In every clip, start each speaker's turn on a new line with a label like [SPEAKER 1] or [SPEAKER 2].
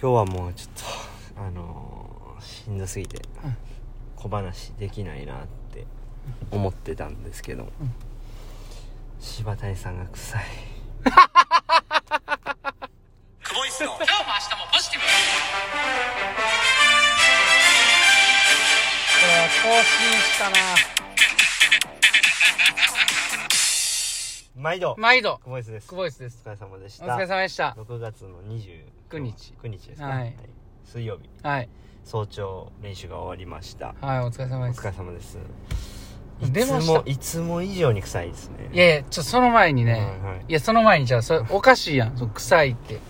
[SPEAKER 1] 今日はもうちょっとあのーしんどすぎて
[SPEAKER 2] うん
[SPEAKER 1] 小話できないなって思ってたんですけど、
[SPEAKER 2] うん
[SPEAKER 1] 柴谷さんが臭い
[SPEAKER 3] クボイスの
[SPEAKER 4] 今日も明日もポジティブ
[SPEAKER 2] これは更新したな
[SPEAKER 1] 毎度
[SPEAKER 2] 毎度
[SPEAKER 1] クボイスです
[SPEAKER 2] ク
[SPEAKER 1] お
[SPEAKER 2] ボイスです
[SPEAKER 1] 疲れ様でし
[SPEAKER 2] お
[SPEAKER 1] た
[SPEAKER 2] 疲れ様でした
[SPEAKER 1] 6月の29
[SPEAKER 2] 9日
[SPEAKER 1] 9日ですか、
[SPEAKER 2] はい
[SPEAKER 1] 水曜日
[SPEAKER 2] はい
[SPEAKER 1] 早朝練習が終わりました
[SPEAKER 2] はいお疲れ
[SPEAKER 1] お
[SPEAKER 2] 様です
[SPEAKER 1] 疲れ様ですい
[SPEAKER 2] 出
[SPEAKER 1] つ
[SPEAKER 2] ました
[SPEAKER 1] もいつも以上に臭いですね
[SPEAKER 2] いやいやちょその前にね、
[SPEAKER 1] はいはい
[SPEAKER 2] いやその前にじゃあそれおかしいやんその臭いって
[SPEAKER 1] は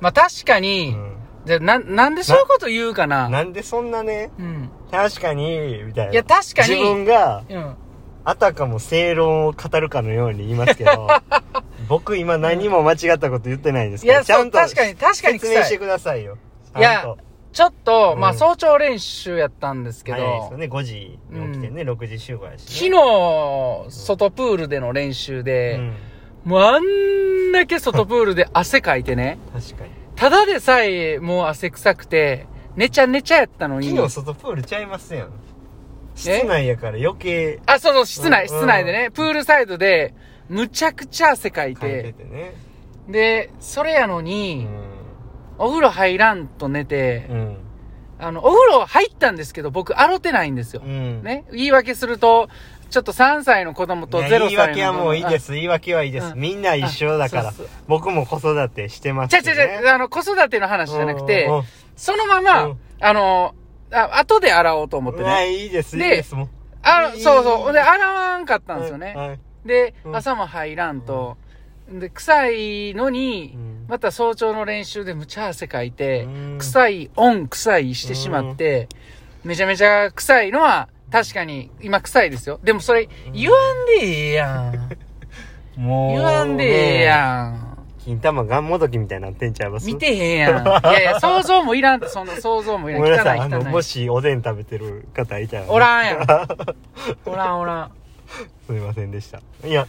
[SPEAKER 2] まあ確か
[SPEAKER 1] い
[SPEAKER 2] に、
[SPEAKER 1] う
[SPEAKER 2] じゃあななんでそういうこと言うかなん
[SPEAKER 1] なんでそんなね
[SPEAKER 2] うん
[SPEAKER 1] 確かにみたいない
[SPEAKER 2] いや確かに
[SPEAKER 1] 自分が
[SPEAKER 2] うん
[SPEAKER 1] あたかも正論を語るかのように言いますけ ど僕今何も間違ったこと言ってないです
[SPEAKER 2] い
[SPEAKER 1] から
[SPEAKER 2] や
[SPEAKER 1] ちゃ
[SPEAKER 2] そうん
[SPEAKER 1] と
[SPEAKER 2] 確かに確かに
[SPEAKER 1] 説明
[SPEAKER 2] 臭
[SPEAKER 1] して
[SPEAKER 2] い
[SPEAKER 1] くださいよ
[SPEAKER 2] いや
[SPEAKER 1] ちゃんと
[SPEAKER 2] ちょっと、ま
[SPEAKER 1] う
[SPEAKER 2] あ
[SPEAKER 1] ん
[SPEAKER 2] 早朝練習やったんですけど、
[SPEAKER 1] 早いですよね5時に起きてね、6時集合やし、ね、
[SPEAKER 2] 昨日外プールでの練習で、
[SPEAKER 1] うん、
[SPEAKER 2] もうあんだけ外プールで汗かいてね。
[SPEAKER 1] 確かに
[SPEAKER 2] ただでさえもう汗臭くて、寝ちゃ寝ちゃやったのに。
[SPEAKER 1] 昨日外プールちゃいますやん室内やから余計
[SPEAKER 2] あ、そうそう、室内、
[SPEAKER 1] うん
[SPEAKER 2] 室内でね、プールサイドで、むちゃくちゃ汗かい
[SPEAKER 1] 書いて
[SPEAKER 2] て。
[SPEAKER 1] てね
[SPEAKER 2] で、それやの
[SPEAKER 1] う
[SPEAKER 2] に、
[SPEAKER 1] ん
[SPEAKER 2] お風呂入らんと寝て、
[SPEAKER 1] うん
[SPEAKER 2] あの、お風呂入ったんですけど、僕、洗ってないんですよ
[SPEAKER 1] う。ん
[SPEAKER 2] ね。言い訳すると、ちょっと3歳の子供と
[SPEAKER 1] い
[SPEAKER 2] 0
[SPEAKER 1] や
[SPEAKER 2] 歳の子供。
[SPEAKER 1] 言い訳はもういいで
[SPEAKER 2] あ。
[SPEAKER 1] す言い訳はいいです
[SPEAKER 2] うん
[SPEAKER 1] みんな一緒だから
[SPEAKER 2] あそうそう
[SPEAKER 1] 僕も子育てしてます
[SPEAKER 2] ちゃ
[SPEAKER 1] よ
[SPEAKER 2] うちゃうちゃう、あの、子育ての話じゃなくて
[SPEAKER 1] うん、うん
[SPEAKER 2] そのまま、
[SPEAKER 1] うん
[SPEAKER 2] あの、あ後で洗おうと思って
[SPEAKER 1] うわ
[SPEAKER 2] ね。
[SPEAKER 1] いいですいい
[SPEAKER 2] で
[SPEAKER 1] ですもう
[SPEAKER 2] あ
[SPEAKER 1] いい
[SPEAKER 2] そうそう。ほんで、洗わんかったんですよね。
[SPEAKER 1] はいはい
[SPEAKER 2] で、
[SPEAKER 1] うん
[SPEAKER 2] 朝も入らんと。で、臭いのに、
[SPEAKER 1] うん
[SPEAKER 2] また早朝の練習でむちゃ汗かいて、
[SPEAKER 1] うん
[SPEAKER 2] 臭い、オン臭いしてしまって、めちゃめちゃ臭いのは、確かに、今臭いですよ。でもそれ、言わんでええや ん。
[SPEAKER 1] も
[SPEAKER 2] 言わんでええ
[SPEAKER 1] ん
[SPEAKER 2] やん。
[SPEAKER 1] 金玉がんもどきみたいになってんちゃいます
[SPEAKER 2] 見てへんやん。いやいや、想像もいらんって、そんな想像もいらん。
[SPEAKER 1] ごめんなさいあ
[SPEAKER 2] 汚
[SPEAKER 1] の
[SPEAKER 2] い、汚
[SPEAKER 1] も
[SPEAKER 2] い。
[SPEAKER 1] しおでん食べてる方いたらね
[SPEAKER 2] おらんやん。おらんおらん。
[SPEAKER 1] すいませんでしたいや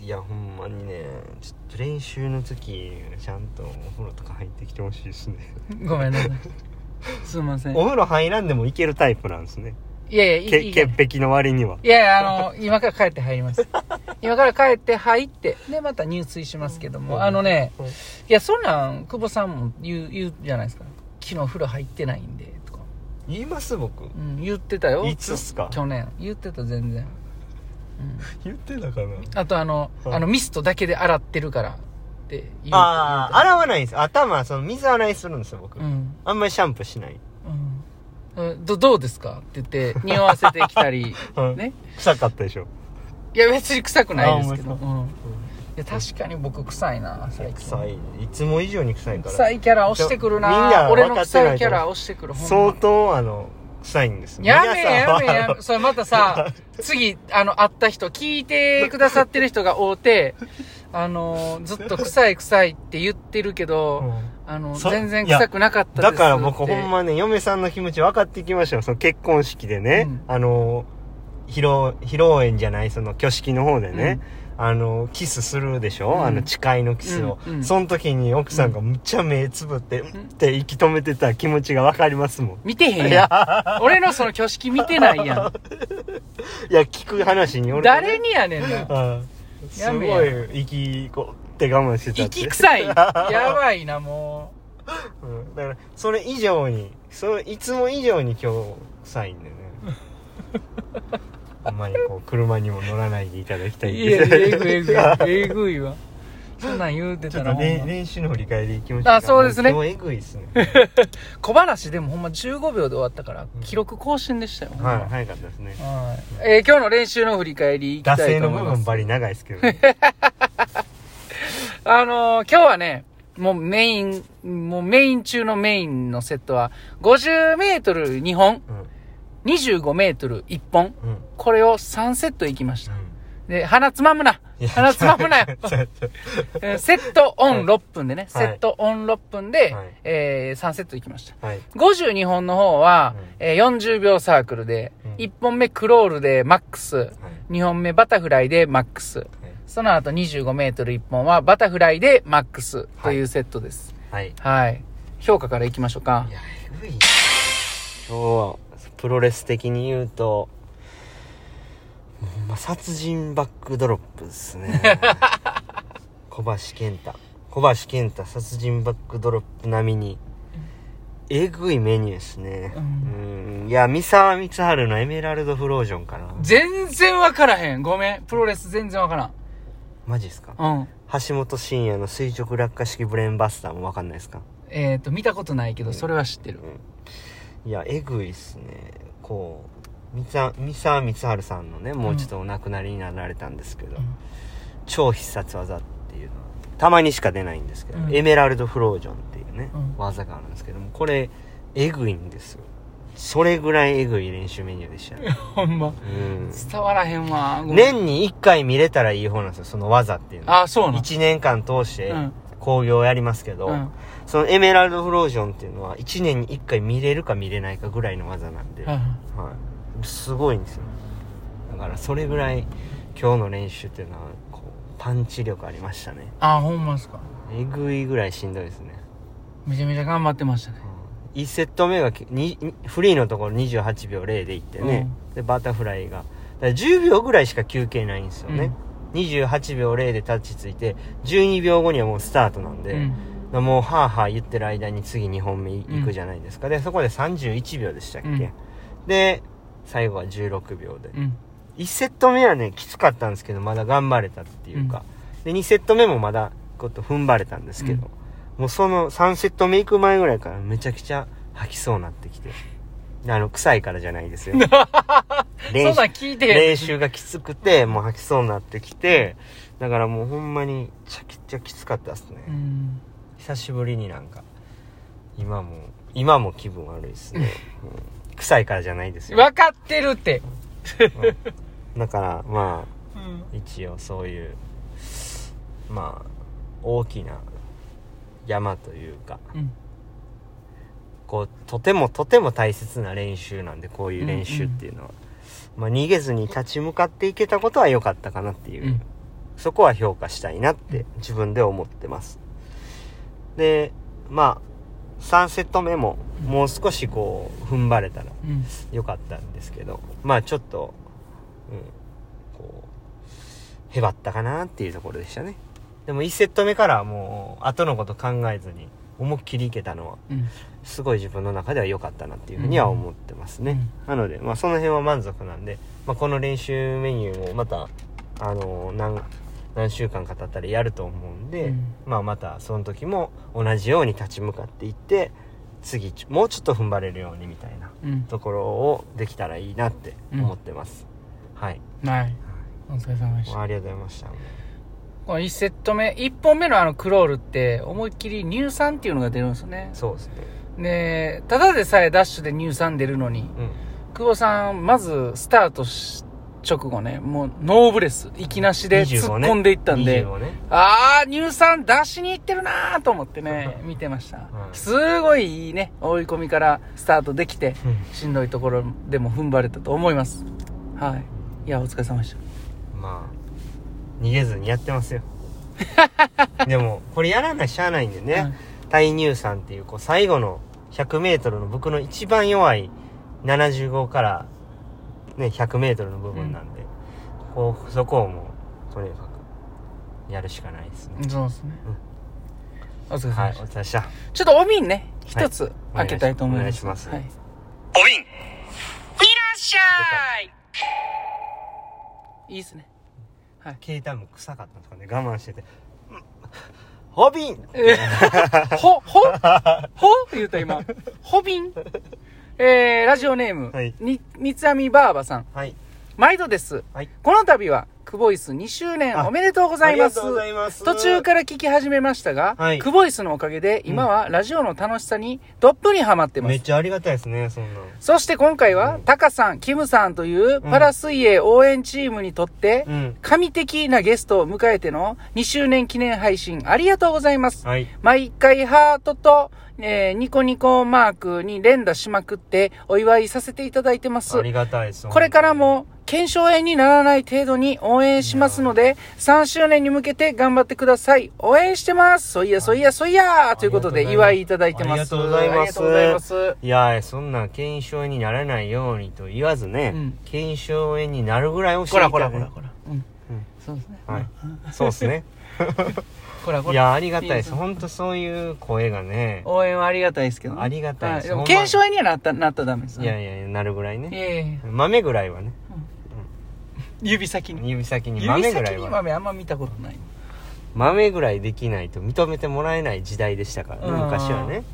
[SPEAKER 1] いやほんまにねちょっと練習の時ちゃんとお風呂とか入ってきてほしいですね
[SPEAKER 2] ごめんなさい。すいません。
[SPEAKER 1] お風呂入らんでもいけるタイプなんですね
[SPEAKER 2] いやいや、いい
[SPEAKER 1] け
[SPEAKER 2] いい
[SPEAKER 1] 潔癖の割にはい
[SPEAKER 2] やいや、あの、今から帰って入り ます。今から帰って入って、で、また入水しますけど
[SPEAKER 1] うん
[SPEAKER 2] も、あのね
[SPEAKER 1] うん、
[SPEAKER 2] いや、そんなん、久保さんも言う、言うじゃないですか。昨日風呂入ってないんで、とか。
[SPEAKER 1] 言います僕
[SPEAKER 2] うん、言ってたよ。
[SPEAKER 1] いつっすか
[SPEAKER 2] 去年。言ってた、全然。
[SPEAKER 1] 言ってたかな
[SPEAKER 2] あと、あの、
[SPEAKER 1] うん
[SPEAKER 2] あの、ミストだけで洗ってるから、って言う言うて。
[SPEAKER 1] ああ洗わないんです頭その水洗いするんですよ僕、
[SPEAKER 2] うん。
[SPEAKER 1] あんまりシャンプーしない、
[SPEAKER 2] うんうん。ど、どうですかって言って、匂わせてきたり
[SPEAKER 1] うん
[SPEAKER 2] ね。
[SPEAKER 1] 臭かったでしょ
[SPEAKER 2] いや、別に臭くないですけど。
[SPEAKER 1] あ
[SPEAKER 2] う
[SPEAKER 1] ほ
[SPEAKER 2] ん。いや、確かに僕臭いな、最近。
[SPEAKER 1] 臭いいつも以上に臭いから
[SPEAKER 2] 臭いキャラ押してくるな
[SPEAKER 1] みんな
[SPEAKER 2] 俺
[SPEAKER 1] 分
[SPEAKER 2] の
[SPEAKER 1] かってな
[SPEAKER 2] 臭
[SPEAKER 1] い
[SPEAKER 2] い
[SPEAKER 1] と
[SPEAKER 2] キャラ
[SPEAKER 1] 思う
[SPEAKER 2] 押してくるほんま
[SPEAKER 1] 相当あの臭いんです
[SPEAKER 2] やめやめや
[SPEAKER 1] 皆
[SPEAKER 2] めそれま たさ次あの会った人聞いてくださってる人が会うてあのずっと臭い臭いって言ってるけ
[SPEAKER 1] さ
[SPEAKER 2] ど、
[SPEAKER 1] んは
[SPEAKER 2] あの
[SPEAKER 1] そ
[SPEAKER 2] 全然臭くなかっ
[SPEAKER 1] うん
[SPEAKER 2] たです
[SPEAKER 1] だから僕
[SPEAKER 2] って
[SPEAKER 1] ほんまね嫁さんの気持ち分かってきましたよその結婚式でね、
[SPEAKER 2] うん
[SPEAKER 1] あの披露披露宴じゃないその挙式の方でね、あのキスするでしょ、
[SPEAKER 2] うん
[SPEAKER 1] あの誓いのキスを、
[SPEAKER 2] うんうん
[SPEAKER 1] その時に奥さんがむっちゃ目つぶって、うんって息止めてた気持ちが分かりますもん
[SPEAKER 2] 見てへんやん俺のその挙式見てないやん
[SPEAKER 1] いや聞く話によるとね
[SPEAKER 2] 誰にやねんな
[SPEAKER 1] ああす
[SPEAKER 2] やめ
[SPEAKER 1] ご
[SPEAKER 2] や
[SPEAKER 1] い息こうって我慢してたって
[SPEAKER 2] 息 臭いやばいなも
[SPEAKER 1] うん、だからそれ以上にそれいつも以上に今日臭いんだよね あんまりこう車にも乗らないでいただきた
[SPEAKER 2] う
[SPEAKER 1] い
[SPEAKER 2] いやえぐい えぐい
[SPEAKER 1] ち
[SPEAKER 2] えぐいわそんなん言うて
[SPEAKER 1] ょ
[SPEAKER 2] た
[SPEAKER 1] っ
[SPEAKER 2] ら
[SPEAKER 1] と
[SPEAKER 2] ほん
[SPEAKER 1] ね
[SPEAKER 2] ま
[SPEAKER 1] 練習の振り返り気持ち
[SPEAKER 2] あそうですね
[SPEAKER 1] 今日えぐいですね
[SPEAKER 2] 小話でもほんま15秒で終わったから記録更新でしたよ、ほんま
[SPEAKER 1] はい早かったですね
[SPEAKER 2] はいえー今日の練習の振り返りいき
[SPEAKER 1] 惰
[SPEAKER 2] た
[SPEAKER 1] 性
[SPEAKER 2] い
[SPEAKER 1] の
[SPEAKER 2] と思い
[SPEAKER 1] 部
[SPEAKER 2] ま
[SPEAKER 1] 分
[SPEAKER 2] す
[SPEAKER 1] ばり長いですけどね
[SPEAKER 2] あのー今日はねもうメインもうメイン中のメインのセットは 50m2 本
[SPEAKER 1] うん
[SPEAKER 2] 25m1 本
[SPEAKER 1] うん、うん、
[SPEAKER 2] これを3セットいきましたで鼻つまむない
[SPEAKER 1] や
[SPEAKER 2] 鼻つまむなよ
[SPEAKER 1] ちょっと
[SPEAKER 2] えーセットオン6分でね、
[SPEAKER 1] はい
[SPEAKER 2] セットオン6分で、
[SPEAKER 1] はい
[SPEAKER 2] えー3セットいきました
[SPEAKER 1] はい
[SPEAKER 2] 52本の方は、
[SPEAKER 1] うん
[SPEAKER 2] えー40秒サークルで、
[SPEAKER 1] うん
[SPEAKER 2] 1本目クロールでマックス、
[SPEAKER 1] はい
[SPEAKER 2] 2本目バタフライでマックス、その後25メートル1本はバタフライでマックスというセットです。
[SPEAKER 1] はい
[SPEAKER 2] はい。評価からいきましょうか
[SPEAKER 1] い。やえぐい今日プロレス的に言うともうまあ殺人バックドロップですね小橋健太小橋健太殺人バックドロップ並みにえぐいメニューですね
[SPEAKER 2] う
[SPEAKER 1] うんいや三沢光晴のエメラルドフロージョンかな
[SPEAKER 2] 全然わからへん。ごめん。プロレス全然わからん。
[SPEAKER 1] マジですか
[SPEAKER 2] うん。
[SPEAKER 1] 橋本真也の垂直落下式ブレーンバスターもわかんないですか
[SPEAKER 2] えっ、と、見たことないけど、それは知ってる。
[SPEAKER 1] いやえぐいっすねこう三沢三沢光晴さんのねもうちょっとお亡くなりになられたんですけど、
[SPEAKER 2] うん
[SPEAKER 1] 超必殺技っていうのはたまにしか出ないんですけど、
[SPEAKER 2] うん
[SPEAKER 1] エメラルドフロージョンっていうね、
[SPEAKER 2] うん
[SPEAKER 1] 技があるんですけどもこれえぐいんですよそれぐらいえぐい練習メニューでしたね、
[SPEAKER 2] ほんま。
[SPEAKER 1] うん
[SPEAKER 2] 伝わらへんわ。ごめん。
[SPEAKER 1] 年に1回見れたらいい方なんですよその技っていうのは
[SPEAKER 2] あ、そうなん。
[SPEAKER 1] 1年間通して
[SPEAKER 2] うん
[SPEAKER 1] 興行やりますけど、
[SPEAKER 2] うん。
[SPEAKER 1] そのエメラルドフロージョンっていうのは1年に1回見れるか見れないかぐらいの技なんで、
[SPEAKER 2] はい
[SPEAKER 1] はい、すごいんですよだからそれぐらい今日の練習っていうのはこうパンチ力ありましたね
[SPEAKER 2] あ、ほんまですか。
[SPEAKER 1] えぐいぐらいしんどいですね、
[SPEAKER 2] めちゃめちゃ頑張ってましたね。
[SPEAKER 1] うん、1セット目がきににフリーのところ28秒0でいってね、でバタフライがだから10秒ぐらいしか休憩ないんですよね、28秒0でタッチついて12秒後にはもうスタートなんで、
[SPEAKER 2] うん。
[SPEAKER 1] もうハーハー言ってる間に次2本目行くじゃないですか、でそこで31秒でしたっけ、
[SPEAKER 2] うん
[SPEAKER 1] で最後は16秒で、
[SPEAKER 2] うん。
[SPEAKER 1] 1セット目はねきつかったんですけどまだ頑張れたっていうか、で2セット目もまだこと踏ん張れたんですけど、もうその3セット目行く前ぐらいからめちゃくちゃ吐きそうになってきてあの臭いからじゃない ですよ
[SPEAKER 2] そんなん聞いてへん。
[SPEAKER 1] 練習がきつくてもう吐きそうになってきてだからもうほんまにめちゃくちゃきつかったですね、
[SPEAKER 2] うん。
[SPEAKER 1] 久しぶりになんか今も今も気分悪いです ね、うん臭いからじゃないですよ
[SPEAKER 2] わかってるって。
[SPEAKER 1] だからま
[SPEAKER 2] うん。
[SPEAKER 1] あ一応そういうまあ大きな山というか
[SPEAKER 2] うん。
[SPEAKER 1] こうとてもとても大切な練習なんでこういう練習っていうのは、まあ、逃げずに立ち向かっていけたことは良かったかなっていう、
[SPEAKER 2] うん
[SPEAKER 1] そこは評価したいなって自分で思ってますでまあ3セット目ももう少しこう踏ん張れたら
[SPEAKER 2] うん。
[SPEAKER 1] 良かったんですけどまあちょっと、うん、こうへばったかなっていうところでしたねでも1セット目からはもう後のこと考えずに思いっきりいけたのは
[SPEAKER 2] うん。
[SPEAKER 1] すごい自分の中では良かったなっていうふうには思ってますね、なので、まあ、その辺は満足なんで、まあ、この練習メニューもまたあの何何週間か経ったらやると思うんで、
[SPEAKER 2] うん
[SPEAKER 1] まあ、またその時も同じように立ち向かっていって次ちょもうちょっと踏ん張れるようにみたいな
[SPEAKER 2] うん。
[SPEAKER 1] ところをできたらいいなって思ってます、はい、
[SPEAKER 2] はい。お疲れ様でした。
[SPEAKER 1] ありがとうございました
[SPEAKER 2] この1セット目、1本目のあのクロールって、思いっきり乳酸っていうのが出るんですよね。
[SPEAKER 1] そうですね
[SPEAKER 2] で、ただでさえダッシュで乳酸出るの
[SPEAKER 1] う
[SPEAKER 2] に、
[SPEAKER 1] ん
[SPEAKER 2] 久保さん、まずスタートし直後ね、もうノーブレス、息なしで突っ込んでいったんで、
[SPEAKER 1] 25ね
[SPEAKER 2] あー、乳酸出しにいってるなーと思ってね、見てました。
[SPEAKER 1] はい
[SPEAKER 2] すごいいいね、追い込みからスタートできて、
[SPEAKER 1] うん
[SPEAKER 2] しんどいところでも踏ん張れたと思います。はい。いや、お疲れ様でした。
[SPEAKER 1] まあ逃げずにやって ますよでもこれやらないしゃあないんでね、
[SPEAKER 2] うん
[SPEAKER 1] タイニューさんっていうこう最後の 100m の僕の一番弱い75から、ね、100m の部分なんで、こうそこをもうとにかくやるしかないですね、
[SPEAKER 2] そうですね。お疲れ様
[SPEAKER 1] はい
[SPEAKER 2] で
[SPEAKER 1] お
[SPEAKER 2] し
[SPEAKER 1] 疲
[SPEAKER 2] た。
[SPEAKER 1] れ様でした
[SPEAKER 2] ちょっとお瓶ね、
[SPEAKER 1] はい
[SPEAKER 2] 一つ開けたいと思います。
[SPEAKER 1] お願いします
[SPEAKER 2] はい。い
[SPEAKER 3] おびん
[SPEAKER 2] らっしゃいいいですね。
[SPEAKER 1] 携帯も臭かったんですかね我慢してて「ホビン!
[SPEAKER 2] えーほ、ほほ言うた今。ほびん。えー、ラジオネーム、
[SPEAKER 1] はい
[SPEAKER 2] に、三つ編みばあばさん。」
[SPEAKER 1] はい
[SPEAKER 2] 毎度です。
[SPEAKER 1] はい
[SPEAKER 2] この度は、クボイス2周年
[SPEAKER 1] あ
[SPEAKER 2] おめでとうございます。
[SPEAKER 1] ありがとうございます
[SPEAKER 2] 途中から聞き始めましたが、
[SPEAKER 1] はい
[SPEAKER 2] クボイスのおかげで、今はラジオの楽しさにどっぷりハマってます
[SPEAKER 1] めっ。ちゃありがたいですねそんなの
[SPEAKER 2] そして今回は、タカさん、キムさんというパラ水泳応援チームにとって、
[SPEAKER 1] うん
[SPEAKER 2] 神的なゲストを迎えての2周年記念配信ありがとうございます。
[SPEAKER 1] はい
[SPEAKER 2] 毎回ハートと、えーニコニコマークに連打しまくってお祝いさせていただいてます
[SPEAKER 1] あ。りがたいです
[SPEAKER 2] これからも検証炎にならない程度に応援しますので、3周年に向けて頑張ってください。応援してますそういや、そういや、そういやということで、
[SPEAKER 1] ありがとうございます
[SPEAKER 2] 祝いいただいてます。
[SPEAKER 1] ありがとうございます
[SPEAKER 2] ありがとうございます。
[SPEAKER 1] いやーそんな検証にならないようにと言わずね、
[SPEAKER 2] うん
[SPEAKER 1] 検証になるぐらいをして
[SPEAKER 2] こ
[SPEAKER 1] いた、
[SPEAKER 2] ら
[SPEAKER 1] ね、
[SPEAKER 2] こらこらこら。うん。そうですね。
[SPEAKER 1] はいそうです ね
[SPEAKER 2] こらこ
[SPEAKER 1] い
[SPEAKER 2] ら。
[SPEAKER 1] やーありがたいです
[SPEAKER 2] いいです
[SPEAKER 1] 本当そういう声がね
[SPEAKER 2] 応援はありがたいですけどね。
[SPEAKER 1] ありがたい
[SPEAKER 2] は
[SPEAKER 1] で
[SPEAKER 2] い
[SPEAKER 1] す
[SPEAKER 2] でも
[SPEAKER 1] ほんま
[SPEAKER 2] 検証炎にはなった、なったらダメです
[SPEAKER 1] いやいやいやなるぐらい
[SPEAKER 2] い
[SPEAKER 1] ね
[SPEAKER 2] やいやいや
[SPEAKER 1] 豆ぐらいはね
[SPEAKER 2] 指先に。
[SPEAKER 1] 指先に
[SPEAKER 2] 指
[SPEAKER 1] 豆ぐら
[SPEAKER 2] 先
[SPEAKER 1] い
[SPEAKER 2] に
[SPEAKER 1] は
[SPEAKER 2] 豆あんま見たことない。
[SPEAKER 1] 豆ぐらいできないと認めてもらえない時代でしたからね
[SPEAKER 2] うん
[SPEAKER 1] 昔はね、うん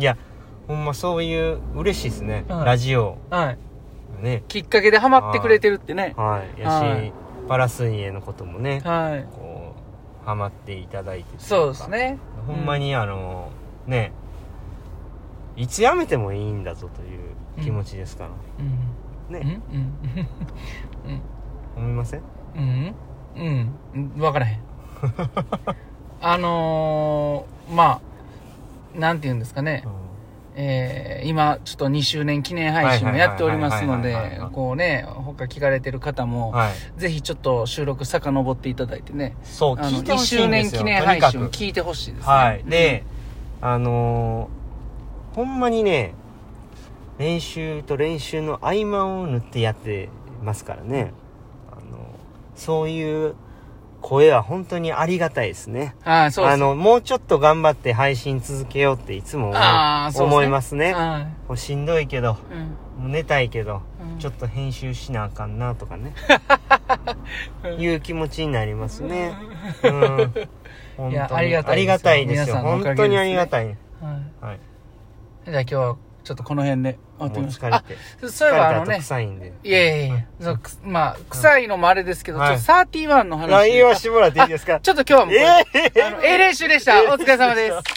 [SPEAKER 1] いやほんまそういう嬉しいですね、
[SPEAKER 2] はい
[SPEAKER 1] ラジオ
[SPEAKER 2] はい。
[SPEAKER 1] ね
[SPEAKER 2] きっかけでハマってくれてるってね。
[SPEAKER 1] はいやし、
[SPEAKER 2] はい
[SPEAKER 1] パラ水泳のこともね、
[SPEAKER 2] はい。
[SPEAKER 1] こうハマっていただいてといか
[SPEAKER 2] そうですね。
[SPEAKER 1] ほんまにあの、ねいつやめてもいいんだぞという気持ちですから、
[SPEAKER 2] うん。う
[SPEAKER 1] ね
[SPEAKER 2] んうん
[SPEAKER 1] 思いません
[SPEAKER 2] うんうんうん分からへんあのー、まあなんて言うんですかね、えー今ちょっと2周年記念配信もやっておりますの
[SPEAKER 1] はいはいはいはいはい
[SPEAKER 2] で
[SPEAKER 1] はい
[SPEAKER 2] こうね他聞かれてる方も、
[SPEAKER 1] はい
[SPEAKER 2] ぜひちょっと収録遡っていただいてね
[SPEAKER 1] そう
[SPEAKER 2] あ
[SPEAKER 1] 聞
[SPEAKER 2] の
[SPEAKER 1] いて
[SPEAKER 2] 2
[SPEAKER 1] ほしい
[SPEAKER 2] 周
[SPEAKER 1] んで
[SPEAKER 2] 年
[SPEAKER 1] すよ
[SPEAKER 2] 記念配
[SPEAKER 1] と
[SPEAKER 2] 信
[SPEAKER 1] に
[SPEAKER 2] を
[SPEAKER 1] か
[SPEAKER 2] 聞いてほしい
[SPEAKER 1] く
[SPEAKER 2] ですね
[SPEAKER 1] はいで、あのーほんまにね練習と練習の合間を縫ってやってますからねあのそういう声は本当にありがたいですね
[SPEAKER 2] あそうです
[SPEAKER 1] あのもうちょっと頑張って配信続けようっていつも思う
[SPEAKER 2] あーそうですね
[SPEAKER 1] 思いますね
[SPEAKER 2] は
[SPEAKER 1] もうしんどいけど
[SPEAKER 2] いうん
[SPEAKER 1] もう寝たいけど
[SPEAKER 2] うん
[SPEAKER 1] ちょっと編集しなあかんなとか ね
[SPEAKER 2] うん
[SPEAKER 1] いう気持ちになりますねうん本当
[SPEAKER 2] い
[SPEAKER 1] に
[SPEAKER 2] やありがたい
[SPEAKER 1] あ
[SPEAKER 2] ですよ
[SPEAKER 1] りがたいですよ
[SPEAKER 2] 皆さんのおか
[SPEAKER 1] 本
[SPEAKER 2] げですね
[SPEAKER 1] 当にありがたい、
[SPEAKER 2] は
[SPEAKER 1] はい、
[SPEAKER 2] い、じゃあ今日はちょっとこの辺で終
[SPEAKER 1] も
[SPEAKER 2] わっ
[SPEAKER 1] う
[SPEAKER 2] てみます
[SPEAKER 1] 疲
[SPEAKER 2] か
[SPEAKER 1] れて
[SPEAKER 2] あそう
[SPEAKER 1] 疲
[SPEAKER 2] いえ
[SPEAKER 1] れ
[SPEAKER 2] ばあ
[SPEAKER 1] た
[SPEAKER 2] の
[SPEAKER 1] 後
[SPEAKER 2] ね
[SPEAKER 1] 臭いんで
[SPEAKER 2] いやいやいや、そうくすまあ、臭いのもあれですけど、
[SPEAKER 1] はい
[SPEAKER 2] ちょっと31の話。
[SPEAKER 1] LINE をしてもらっていいですか
[SPEAKER 2] ちょっと今日はもうこれ、
[SPEAKER 1] ええ
[SPEAKER 2] あの、A 練習でした。お疲れ様です。